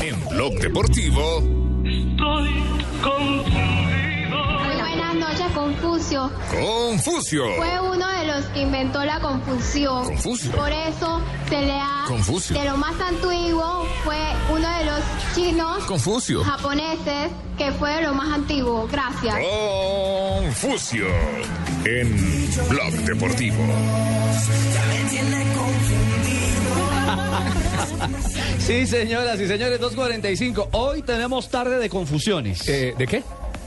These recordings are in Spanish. En Blog Deportivo, Estoy confundido. Buenas noches, Confucio. Confucio. Fue uno de los que inventó la confusión. Confucio. Por eso se le ha... Confucio. De lo más antiguo fue uno de los chinos Confucio. japoneses que fue de lo más antiguo. Gracias. Confucio. En Blog Deportivo. Sí, señoras y señores, 2.45. Hoy tenemos tarde de confusiones. Eh, ¿De qué?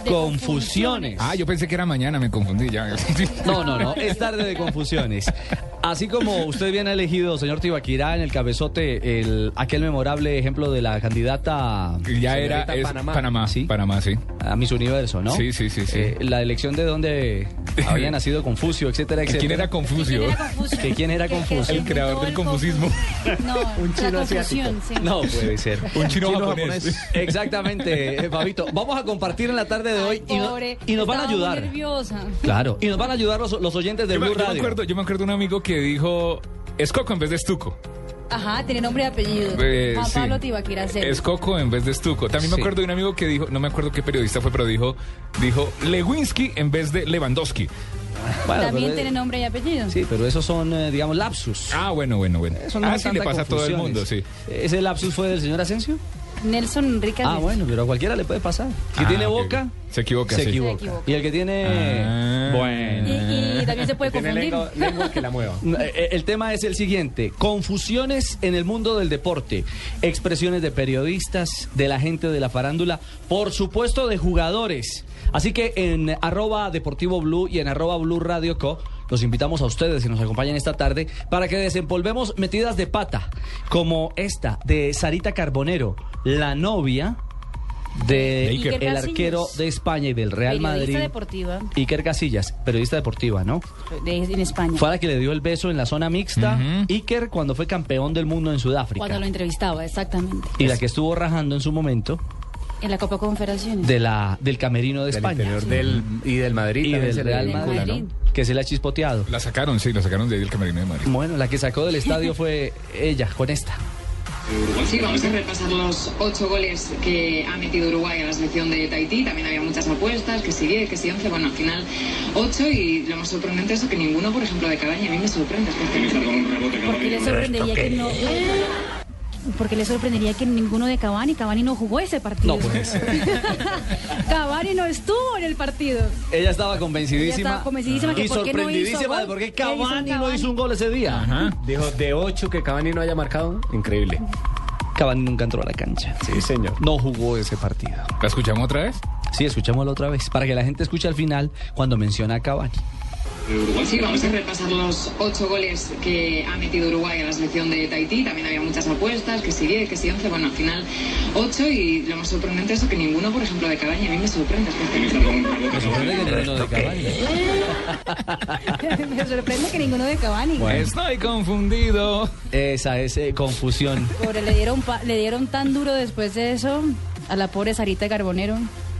confusiones. Ah, yo pensé que era mañana, me confundí ya. No, no, no, es tarde de confusiones. Así como usted bien ha elegido, señor Tibaquirá, en el cabezote, el, aquel memorable ejemplo de la candidata ya era señorita es Panamá. Panamá, ¿sí? sí. Panamá, sí. a Miss Universo, ¿no? Sí, sí, sí, sí. Eh, la elección de donde había nacido Confucio, etcétera, etcétera. ¿Quién era Confucio? Confucio? ¿Que quién era Que- que Confucio? se El inventó creador del confu- confusismo. No, Un chino la confusión, sí. No puede ser. Un chino, japonés. Exactamente, eh, Fabito. Vamos a compartir en la tarde de hoy y, no- Pobre, y nos van a estaba muy ayudar. nerviosa. Claro, y nos van a ayudar los, los oyentes de Yo me, Blue yo me Radio. acuerdo, yo me acuerdo de un amigo que dijo es Coco en vez de Estuco. Ajá, tiene nombre y apellido. Eh, Juan sí. Pablo Tibaquira Celis. Es Coco en vez de Estuco. También Sí. me acuerdo de un amigo que dijo, no me acuerdo qué periodista fue, pero dijo, dijo Lewinsky en vez de Lewandowski. Bueno, También pero- tiene nombre y apellido. Sí, pero esos son, eh, digamos, lapsus. Ah, bueno, bueno, bueno. Eso no Ah, son sí, le tantas pasa a todo el mundo, sí. confusiones. ¿Ese lapsus fue del señor Asensio? Nelson Enrique Ah, Alves. bueno, pero a cualquiera le puede pasar. El que Ah, tiene ok, boca, ok. Se equivoca, se sí. equivoca. Se equivoca. Y el que tiene... Ah. Y, Eh. y también se puede confundir. No, eh, El tema es el siguiente, confusiones en el mundo del deporte, expresiones de periodistas, de la gente de la farándula, por supuesto de jugadores. Así que en arroba deportivo blue y en arroba blue radio co. Los invitamos a ustedes que nos acompañen esta tarde para que desempolvemos metidas de pata, como esta de Sarita Carbonero, la novia de Iker. el arquero de España y del Real Periodista Madrid. deportiva. Iker Casillas, periodista deportiva, ¿no? de- en España. Fue la que le dio el beso en la zona mixta Ujú. Iker cuando fue campeón del mundo en Sudáfrica. Cuando lo entrevistaba, exactamente. Y Pues- la que estuvo rajando en su momento En la Copa Confederaciones. de la, del camerino de España. del, y del Madrid. y también del se le Real vincula, Madrid, ¿no? que se le ha chispoteado. La sacaron, sí, la sacaron de ahí del camerino de Madrid. Bueno, la que sacó del estadio fue ella, con esta. Pues Sí, vamos a repasar los ocho goles que ha metido Uruguay a la selección de Tahití. También había muchas apuestas, que si 10, que si 11. Bueno, al final 8 y lo más sorprendente es que ninguno, por ejemplo, de Cadaña. A mí me sorprende. Porque le sorprendería que no. eh, Porque le sorprendería que ninguno de Cavani, Cavani no jugó ese partido. No, pues. Cavani no estuvo en el partido. Ella estaba convencidísima. Ella estaba convencidísima que y por qué no hizo sorprendidísima de gol. por qué ¿Qué hizo Cavani no Cavani? hizo un gol ese día. Dijo, de 8 que Cavani no haya marcado, increíble. Cavani nunca entró a la cancha. Sí, señor. No jugó ese partido. ¿La escuchamos otra vez? Sí, escuchémoslo otra vez, para que la gente escuche al final cuando menciona a Cavani. Sí, vamos a repasar los ocho goles que ha metido Uruguay a la selección de Tahití. También había muchas apuestas, que si 10, que si 11. Bueno, al final 8 y lo más sorprendente es que ninguno, por ejemplo, de Cadaña. A mí me sorprende. Me sorprende Pues, que ninguno de Cavani. Me sorprende que ninguno de Cavani. Bueno. Estoy confundido. Esa es eh, confusión. Pobre, le dieron, pa- le dieron tan duro después de eso a la pobre Sarita Carbonero.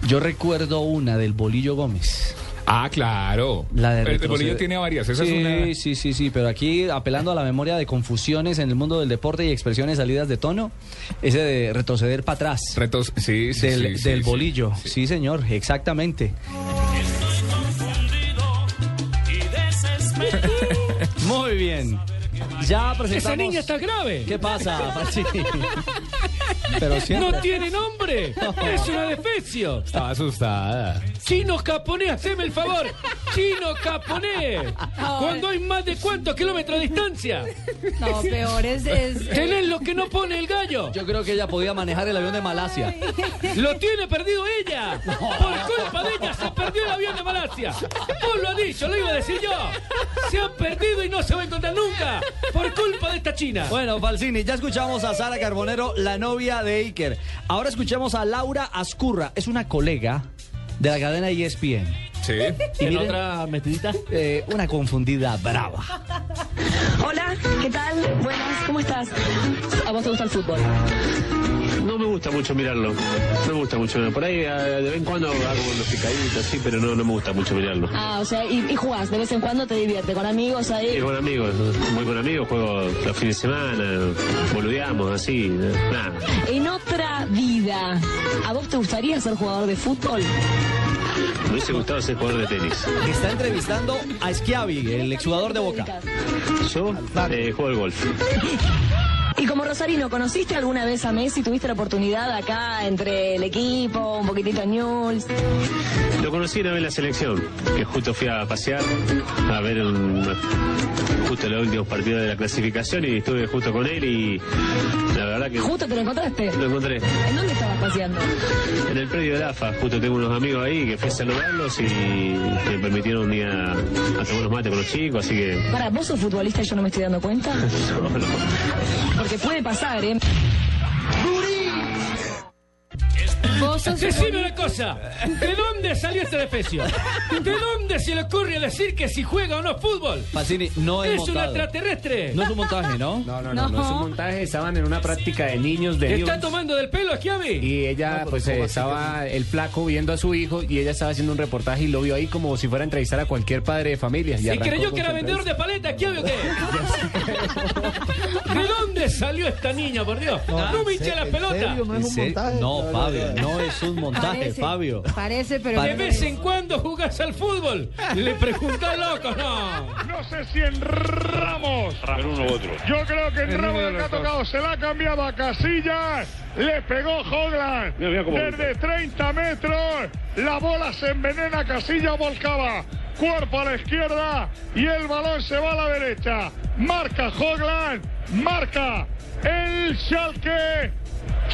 Yo recuerdo una del Bolillo Gómez. Ah, claro. La de El- el retroceder. bolillo tiene varias. Esa sí, es una. sí, sí, sí, pero aquí apelando a la memoria de confusiones en el mundo del deporte y expresiones salidas de tono, ese de retroceder para atrás. Retos, sí, sí, del sí, sí, del sí. bolillo. Sí. señor, exactamente. Muy bien. Ya presentamos. Esa niña está grave. ¿Qué pasa, Pachi? Pero siempre. No tiene nombre. Es una defecio. Estaba asustada. Chino japonés, haceme el favor. Chino japonés. Cuando hay más de cuántos kilómetros de distancia. No, peor es. es- Tenés lo que no pone el gallo. Yo creo que ella podía manejar el avión de Malasia. Lo tiene perdido ella. Por culpa de ella se perdió el avión de Malasia. Vos lo has dicho, lo iba a decir yo. Se ha perdido y no se va a encontrar nunca. Por culpa de esta China. Bueno, Falsini, ya escuchamos a Sara Carbonero, la novia de Iker. Ahora escuchamos a Laura Ascurra, es una colega de la cadena E ESPN. Sí. Y miren, otra metidita? una confundida brava. Hola, ¿qué tal? Buenas, ¿cómo estás? ¿A vos te gusta el fútbol? No me gusta mucho mirarlo. No me gusta mucho mirarlo. Por ahí eh, de vez en cuando hago unos picaditos, sí, pero no, no me gusta mucho mirarlo. Ah, o sea, y, y jugás, de vez en cuando te divierte, con amigos Es ahí. con amigos, muy con amigos, juego los fines de semana, boludeamos, así, eh, nada. En otra vida. ¿A vos te gustaría ser jugador de fútbol? Me hubiese gustado ser jugador de tenis. Está entrevistando a Schiavi, el exjugador de Boca. Yo eh, juego al golf. Y como Rosarino, ¿conociste alguna vez a Messi? ¿Tuviste la oportunidad acá entre el equipo, un poquitito a Newell's? Lo conocí una vez en la selección, que justo fui a pasear, a ver un- justo los últimos partidos de la clasificación y estuve justo con él y la verdad que... ¿Justo te lo encontraste? Lo encontré. ¿En dónde estabas paseando? En el predio de la AFA, justo tengo unos amigos ahí que fui a saludarlos y me permitieron un día a tomar unos mates con los chicos, así que... Para, ¿vos sos futbolista y yo no me estoy dando cuenta? no, no. Porque puede pasar, ¿eh? Vos sos Decime una cosa, ¿de dónde salió este defecio? ¿De dónde se le ocurre decir que si juega o no fútbol? Pacini, no es, es un montado. extraterrestre. No es un montaje, ¿no? No, no, no, no es un montaje. Estaban en una práctica de niños de ¿Te está Newell's. tomando del pelo, Esquiavi? Y ella, pues, eh, estaba el flaco viendo a su hijo y ella estaba haciendo un reportaje y lo vio ahí como si fuera a entrevistar a cualquier padre de familia. ¿Y arrancó creyó con que era su vendedor de paletas, Esquiavi o qué? ¿De dónde salió esta niña, por Dios? No, me hinché la pelota. ¿En serio? No, Fabio, no es un montaje, Parece. Fabio. Parece, pero. De Parece. vez en cuando jugás al fútbol. Le preguntás loco, no. No sé si en Ramos. uno u otro. Yo creo que en En Ramos uno el que de ha los dos. tocado se la ha cambiado a Casillas. Le pegó Hogland. Mira, mira cómo Desde 30 metros. La bola se envenena. Casillas volcaba. Cuerpo a la izquierda. Y el balón se va a la derecha. Marca Hogland. Marca el Schalke.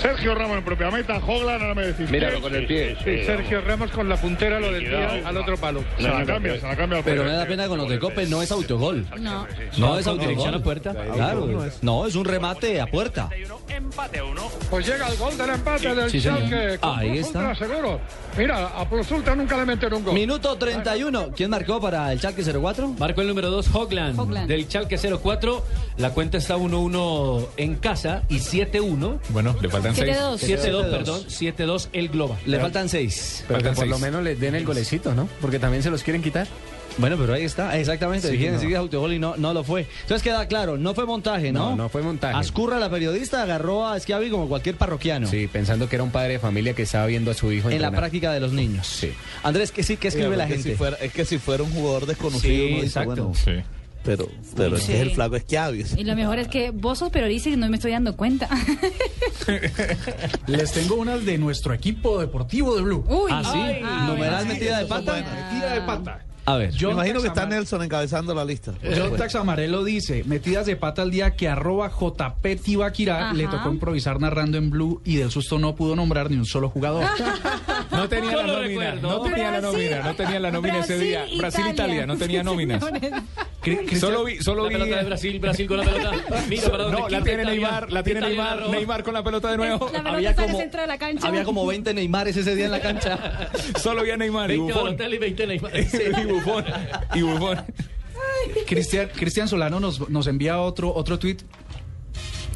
Sergio Ramos en propia meta. Hogland ahora me decís. Míralo ¿qué? con el pie. Sí, sí, Sergio Ramos con la puntera lo desvía al otro palo. Se la cambia, se la cambia. al Pero juez. me da pena con los de Cope, no es autogol. No. No es autogol. dirección a puerta. Claro, no, es un remate a puerta. Pues llega el gol del empate del Sí, señor. Schalke con Ahí Plus está. Ultra seguro. Mira, a Plus Ultra nunca le meten un gol. Minuto 31. ¿Quién marcó para el Chalque 04? Marcó el número 2, Hogland, Hogland. del Chalque 04. La cuenta está 1-1 en casa y 7-1. Bueno, le faltan seis. 7-2, 7-2, perdón. 7-2 el Globa. Le faltan seis. Pero que Faltan por lo seis. menos les den el golecito, ¿no? Porque también se los quieren quitar. Bueno, pero ahí está, exactamente. Sí, Dijeron no. enseguida autogol y no, no lo fue. Entonces queda claro, no fue montaje, ¿no? No, no fue montaje. Ascurra, la periodista, agarró a Esquiavi como cualquier parroquiano. Sí, pensando que era un padre de familia que estaba viendo a su hijo En la entrenar. práctica de los niños. Sí. Andrés, ¿qué, sí, qué escribe Mira, la porque si gente? fuera- es que si fuera un jugador desconocido, Sí, uno dice, exacto. bueno, pero, pero es que es el flaco Esquiavi. Y lo mejor es que vos sos periodista y no me estoy dando cuenta. Les tengo unas de nuestro equipo deportivo de Blue. Uy. Ah, sí. Ay, Numeral metida de pata. Metida de pata. A ver, Eh, yo John me imagino que está Taxamar- Nelson encabezando la lista. John Tax Amarelo dice, metidas de pata al día que arroba JP Tibaquirá Ajá. le tocó improvisar narrando en Blue y del susto no pudo nombrar ni un solo jugador. No tenía Yo la lo nómina, recuerdo. no tenía la Brasil, nómina, no tenía la nómina ese Brasil, día. Brasil, Italia. Italia, no tenía nóminas. Cri- Solo vi, solo La vi. pelota de Brasil, Brasil con la pelota. Mira para dónde no, la quita tiene Italia. Neymar, la tiene Italia la Neymar, roba. Neymar con la pelota de nuevo. La pelota Había está en como- el centro de la cancha. Había como 20 Neymares ese día en la cancha. Solo vi a Neymar y 20 Bufón. Balotelli, 20 Neymar. Y Bufón, y Bufón. Cristian, Cristian Solano nos, nos envía otro, otro tweet.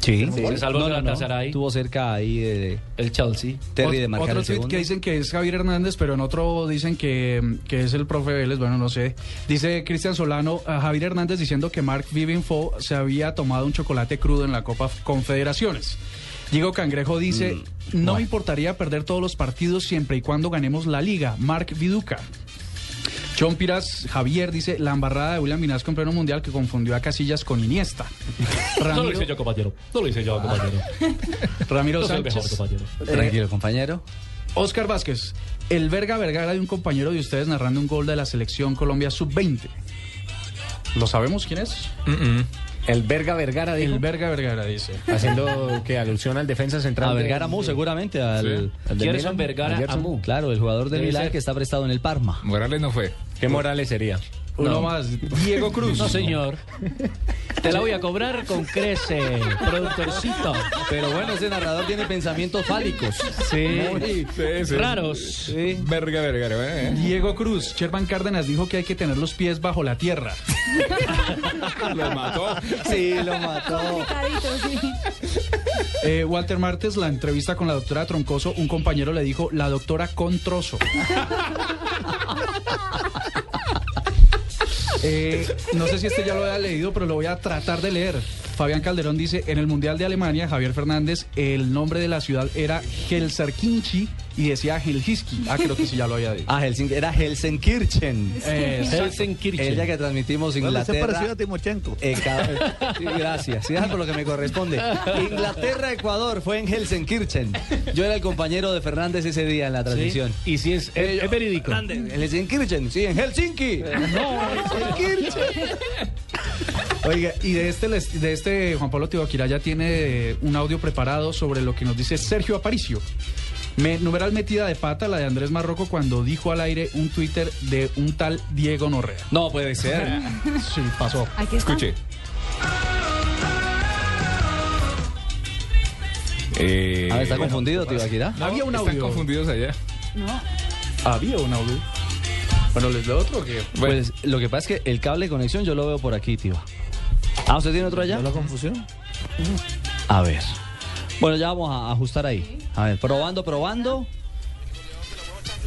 Sí, Se salvó no, no, no. Galatasaray. Tuvo cerca ahí de- el Chelsea. Terry de Ot- marcar otro el tweet segundo. que dicen que es Javier Hernández, pero en otro dicen que, mm, que es el profe Vélez, bueno, no sé. Dice Cristian Solano a Javier Hernández diciendo que Mark Vivinfo se había tomado un chocolate crudo en la Copa Confederaciones. Diego Cangrejo dice, no me importaría perder todos los partidos siempre y cuando ganemos la liga. Mark Viduca. John Piras Javier dice, la embarrada de William Minasco en pleno mundial que confundió a Casillas con Iniesta. No lo hice yo, compañero. No lo hice yo, compañero. Ramiro Yo soy Ah. Sánchez. mejor, compañero. Tranquilo, compañero. Oscar Vázquez, el verga vergara de un compañero de ustedes narrando un gol de la selección Colombia sub-20. ¿Lo sabemos quién es? El verga vergara dijo. El verga vergara dice. Haciendo que alusión al defensa central. A de- Vergara Mu, seguramente. Al, Sí. al de Gerson Milan. Vergara A Gerson. a Mu. Claro, el jugador del Debe Milan ser. que está prestado en el Parma. Morales no fue. ¿Qué Morales sería? Uno más. Diego Cruz. No, señor. Te la voy a cobrar con crece, productorcito. Pero bueno, ese narrador tiene pensamientos fálicos. Sí. Muy- sí, sí. Raros. Verga, verga, verga. eh. Diego Cruz, Sherman Cárdenas dijo que hay que tener los pies bajo la tierra. Lo mató. Sí, lo mató. Eh, Walter Martes, la entrevista con la doctora Troncoso, un compañero le dijo, la doctora con trozo. Eh, no sé si este ya lo había leído, pero lo voy a tratar de leer. Fabián Calderón dice, en el Mundial de Alemania, Javier Fernández, el nombre de la ciudad era Helsinki y decía Helsinki. Ah, creo que sí ya lo había dicho. Ah, Helsinki, era Helsenkirchen. Eh, Helsenkirchen. Es la que transmitimos Bueno, se Inglaterra. pareció a Timochenko. Eh, cada- Sí, gracias, gracias por lo que me corresponde. Inglaterra, Ecuador, fue en Helsenkirchen. Yo era el compañero de Fernández ese día en la transmisión. Y si es, es, es verídico. Fernández, en Helsenkirchen, sí, en Helsinki. Oiga, y de este, les- de este Juan Pablo Tibaquirá ya tiene eh, un audio preparado sobre lo que nos dice Sergio Aparicio. Me, numeral metida de pata, la de Andrés Marroco, cuando dijo al aire un Twitter de un tal Diego Norrea. No puede ser. Sí, pasó. Aquí está. Escuche. Eh, A ver, Ah, ¿está bueno, confundido, Tibaquirá? no, Había un Están audio. confundidos allá. No. Había un audio. Bueno, ¿les leo otro o qué? Pues lo que pasa es que el cable de conexión yo lo veo por aquí, tío. Ah, ¿usted tiene otro allá? la confusión? A ver. Bueno, ya vamos a ajustar ahí. A ver, probando, probando.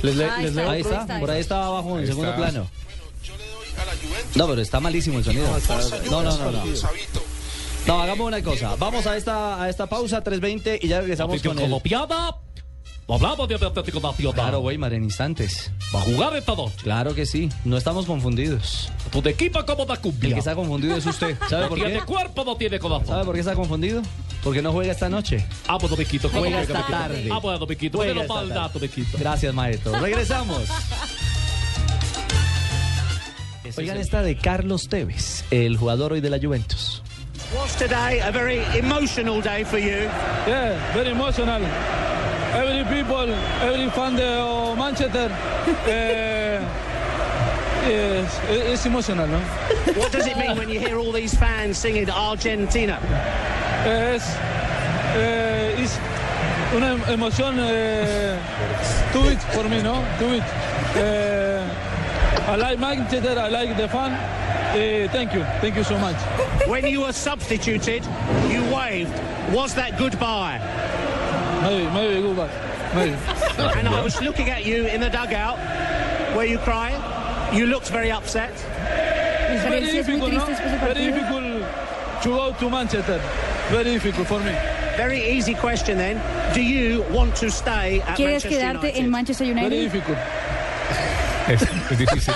Les le- ahí, les está, leo ahí otro. está, por ahí estaba abajo en Ahí segundo está. plano. No, pero está malísimo el sonido. No, no, no, no. No, hagamos una cosa. Vamos a esta, a esta pausa 3.20 y ya regresamos con el... Hablamos de Atlético Nacional. Claro, Weimar, en instantes. Va a jugar esta noche. Claro que sí, no estamos confundidos. Tu equipo como da cumbia. El que está confundido es usted. ¿Sabe No por qué? tiene cuerpo, no tiene corazón. ¿Sabe por qué está confundido? Porque no juega esta noche. Ah, pues Dominguito, ¿cómo Juega que esta Dominguito? tarde. Ah, bueno, Dominguito, Juega pero esta maldad, tarde. Dominguito. Gracias, maestro. Regresamos. Oigan esta de Carlos Tevez, el jugador hoy de la Juventus. Was today a very emotional day for you? Yeah, very emotional. Every people, every fan de- of Manchester, eh, yes, it- it's emotional, no? What does it mean when you hear all these fans singing Argentina? Es, eh, es una em- emoción eh, too much for me, no? Too much. Eh, I like Manchester, I like the fan. Eh, thank you, thank you so much. When you were substituted, you waved. Was that goodbye? Maybe, maybe goodbye. Maybe. And I was looking at you in the dugout. Were you crying? You looked very upset. It's very Pareció muy difficult, no? triste después del Very partido. difficult to go to Manchester. Very difficult for me. Very easy question then. Do you want to stay Ah, at ¿Quieres Manchester quedarte United? en Manchester United? Es, es difícil.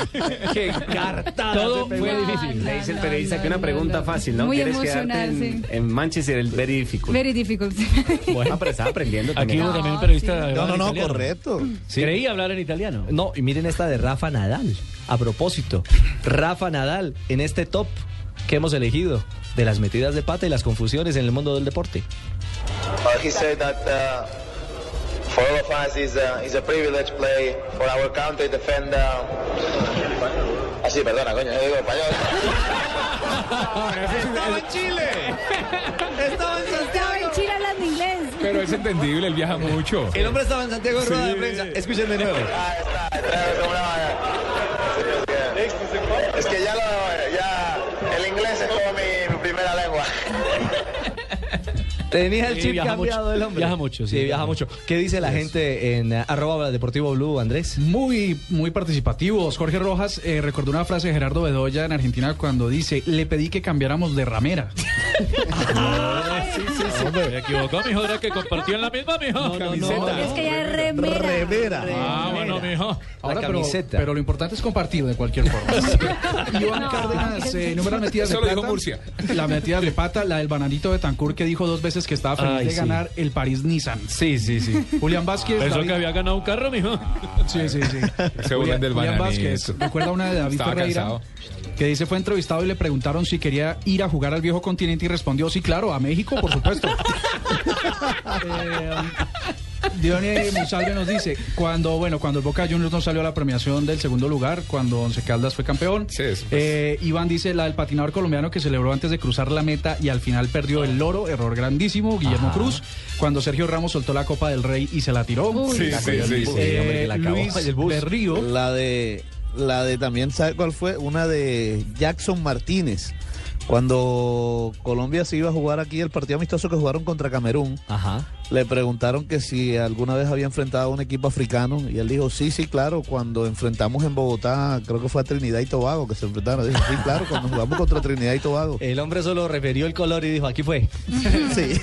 Qué cartada. Todo se fue pegó. difícil. Le dice el periodista que una pregunta fácil, ¿no? Muy ¿Quieres quedarte emocional, en, sí. en Manchester? El very difficult. Very difficult. Bueno, pero estaba aprendiendo Aquí también. hubo también un periodista No, no, no, correcto. Creí hablar en italiano. No, y miren esta de Rafa Nadal. A propósito, Rafa Nadal en este top que hemos elegido de las metidas de pata y las confusiones en el mundo del deporte. Uh, he said that uh, for all of us is uh, is a privilege play for our country defend. Uh... Ah, sí, perdona, coño, yo digo español. Estaba en Chile. Estaba en Estaba en Chile hablando inglés. Pero es entendible, él viaja mucho. El hombre estaba en Santiago en rueda de prensa. Escuchen de nuevo. Ah, Es que ya, lo, ya el inglés es como mi, mi primera lengua. Tenía el Sí, chip viaja cambiado mucho. el hombre. Viaja mucho, sí. Sí, viaja mucho. ¿Qué dice la gente en eh, arroba deportivo blue, Andrés? Muy, muy participativos. Jorge Rojas eh, recordó una frase de Gerardo Bedoya en Argentina cuando dice, le pedí que cambiáramos de ramera. Me equivocó, mijo, era que compartían la misma, mijo. Es que ya es remera. Ah, bueno, mijo. Ahora, pero, pero lo importante es compartir de cualquier forma. Iván Cárdenas, eh, número de metidas de Eso lo dijo plata. Murcia. La metida de pata, la del bananito de Tancur que dijo dos veces que estaba feliz Ay, de sí. ganar el París Nissan. Sí, sí, sí. Julián Vázquez. Pensó David- que había ganado un carro, mijo. Sí, sí, sí. Se burlan del Julián bananito. Vázquez, recuerda una de David Estaba Ferreira, cansado. que dice fue entrevistado y le preguntaron si quería ir a jugar al viejo continente y respondió, sí, claro, a México, por supuesto. Eh, Dione Monsalve nos dice, cuando, bueno, cuando el Boca Juniors no salió a la premiación del segundo lugar, cuando Once Caldas fue campeón, eh, Iván dice la del patinador colombiano que celebró antes de cruzar la meta y al final perdió el loro, error grandísimo, Guillermo Ajá. Cruz, cuando Sergio Ramos soltó la Copa del Rey y se la tiró. Uy. Sí, La sí, cogió el sí, bus. sí, Eh, hombre, que la acabó. Luis El bus. Berrío. La de, la de también, ¿sabe cuál fue? Una de Jackson Martínez. Cuando Colombia se iba a jugar aquí el partido amistoso que jugaron contra Camerún, le preguntaron que si alguna vez había enfrentado a un equipo africano y él dijo, sí, sí, claro, cuando enfrentamos en Bogotá, creo que fue a Trinidad y Tobago que se enfrentaron. Dijo, sí, claro, cuando jugamos contra Trinidad y Tobago. El hombre solo refirió el color y dijo, aquí fue. sí.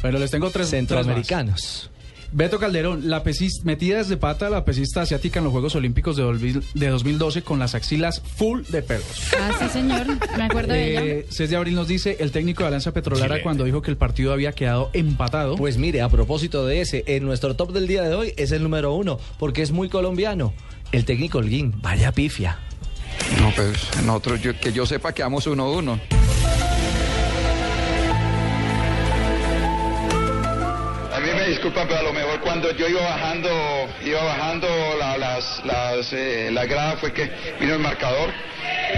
Pero les tengo tres. Centroamericanos. Beto Calderón, la pesis- metida desde pata la pesista asiática en los Juegos Olímpicos de, dos- de 2012 con las axilas full de pelos. Ah, sí, señor. Me acuerdo de ella. Eh, 6 de abril nos dice el técnico de Alianza Petrolera cuando dijo que el partido había quedado empatado. Pues mire, a propósito de ese, en nuestro top del día de hoy es el número uno, porque es muy colombiano. El técnico Holguín, vaya pifia. No, pues nosotros, yo- que yo sepa, quedamos 1-1. A mí me disculpan, pero a lo mejor cuando yo iba bajando, iba bajando la- las, las, eh, la grada fue que vino el marcador.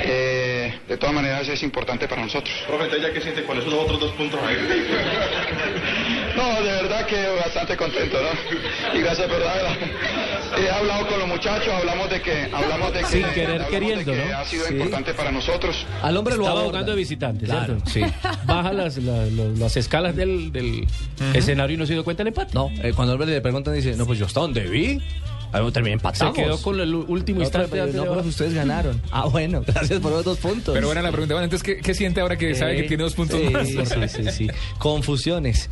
Eh, de todas maneras es importante para nosotros. Profe, ya que siente con esos otros dos puntos ahí. No, de verdad que bastante contento, ¿no? Y gracias, verdad. la- He hablado con los muchachos, hablamos de que, hablamos de que, Sin querer hablamos de queriendo, que ¿no? ha sido Sí. importante para nosotros. Al hombre lo Estaba abordan. jugando de visitante, Claro, ¿cierto? sí. Baja las, la- lo- las escalas del, del escenario y no se dio cuenta del empate. No, eh, cuando al hombre le preguntan, dice, no, pues yo hasta donde vi, ahí me terminé empatado. Se quedó con el último No, instante. pero- antes no, de- pero ustedes ganaron. Ah, bueno, gracias por los dos puntos. Pero bueno, la pregunta, bueno, entonces, ¿qué, qué siente ahora que sabe que Eh, tiene dos puntos sí, más? sí, sí, sí. Confusiones.